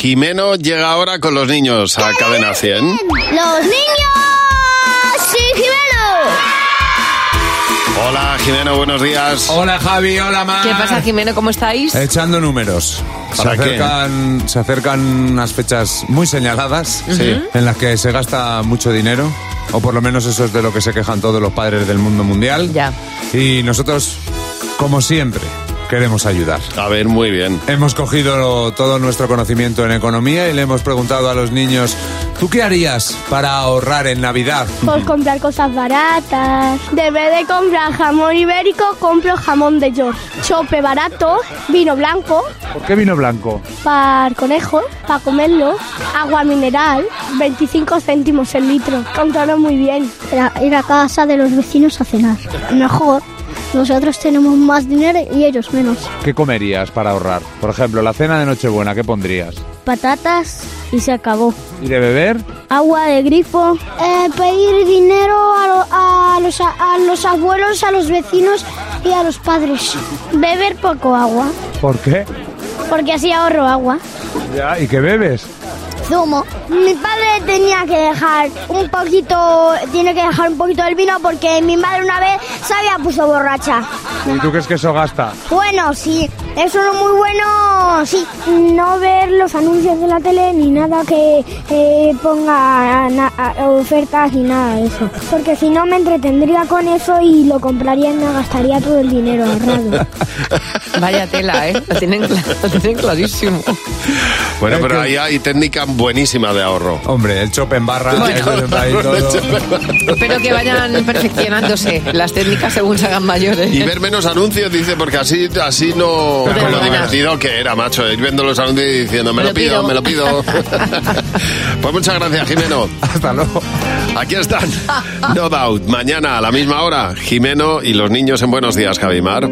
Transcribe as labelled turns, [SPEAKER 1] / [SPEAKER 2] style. [SPEAKER 1] Jimeno llega ahora con los niños a Cadena 100.
[SPEAKER 2] ¡Los niños! ¡Sí, Jimeno!
[SPEAKER 1] Hola, Jimeno, buenos días.
[SPEAKER 3] Hola Javi, hola Mar.
[SPEAKER 4] ¿Qué pasa, Jimeno? ¿Cómo estáis?
[SPEAKER 3] Echando números.
[SPEAKER 1] O
[SPEAKER 3] Se
[SPEAKER 1] sea, ¿qué?
[SPEAKER 3] acercan, se acercan unas fechas muy señaladas
[SPEAKER 1] Sí.
[SPEAKER 3] en las que se gasta mucho dinero, o por lo menos eso es de lo que se quejan todos los padres del mundo mundial.
[SPEAKER 4] Ya.
[SPEAKER 3] Y nosotros, como siempre, queremos ayudar.
[SPEAKER 1] A ver, muy bien.
[SPEAKER 3] Hemos cogido todo nuestro conocimiento en economía y le hemos preguntado a los niños, ¿tú qué harías para ahorrar en Navidad?
[SPEAKER 2] Por comprar cosas baratas. De vez de comprar jamón ibérico, compro jamón de York. Chope barato, vino blanco,
[SPEAKER 5] ¿Por qué vino blanco?
[SPEAKER 2] para conejo, para comerlo. Agua mineral, 25 céntimos el litro. Contaron muy bien.
[SPEAKER 6] ir a casa de los vecinos a cenar. Mejor. Nosotros tenemos más dinero y ellos menos.
[SPEAKER 5] ¿Qué comerías para ahorrar? Por ejemplo, la cena de Nochebuena, ¿qué pondrías?
[SPEAKER 6] Patatas y se acabó.
[SPEAKER 5] ¿Y de beber?
[SPEAKER 6] Agua de grifo.
[SPEAKER 2] Eh,
[SPEAKER 6] pedir dinero a, lo- a los, a- a los abuelos, a los vecinos y a los padres.
[SPEAKER 2] Beber poco agua,
[SPEAKER 5] ¿Por qué?
[SPEAKER 2] porque así ahorro agua.
[SPEAKER 5] Ya, ¿y qué bebes?
[SPEAKER 6] Zumo.
[SPEAKER 2] Mi padre tenía que dejar un poquito, tiene que dejar un poquito del vino porque mi madre una vez se había puso borracha.
[SPEAKER 5] ¿Y tú crees que eso gasta?
[SPEAKER 2] Bueno, sí, eso no muy bueno, sí. No ver los anuncios de la tele ni nada que eh, ponga ofertas ni nada de eso. Porque si no me entretendría con eso y lo compraría y me gastaría todo el dinero ahorrado.
[SPEAKER 4] Vaya tela, ¿eh? Lo tienen, cla- lo tienen clarísimo.
[SPEAKER 1] Bueno,
[SPEAKER 3] Es
[SPEAKER 1] pero
[SPEAKER 3] que-
[SPEAKER 1] ahí hay técnica buenísima de ahorro.
[SPEAKER 3] Hombre, el chop en barra, eso es ahí todo.
[SPEAKER 4] Espero que vayan perfeccionándose las técnicas según se hagan mayores.
[SPEAKER 1] Y ver menos anuncios, dice, porque así, así no...
[SPEAKER 4] Pero
[SPEAKER 1] Con
[SPEAKER 4] no
[SPEAKER 1] lo
[SPEAKER 4] ganas.
[SPEAKER 1] divertido que era, macho. Ir viendo los anuncios y diciendo, me, lo pido, me lo pido. pues muchas gracias, Jimeno.
[SPEAKER 3] Hasta luego.
[SPEAKER 1] Aquí están. No Doubt. Mañana a la misma hora, Jimeno y los niños en Buenos Días, Javimar.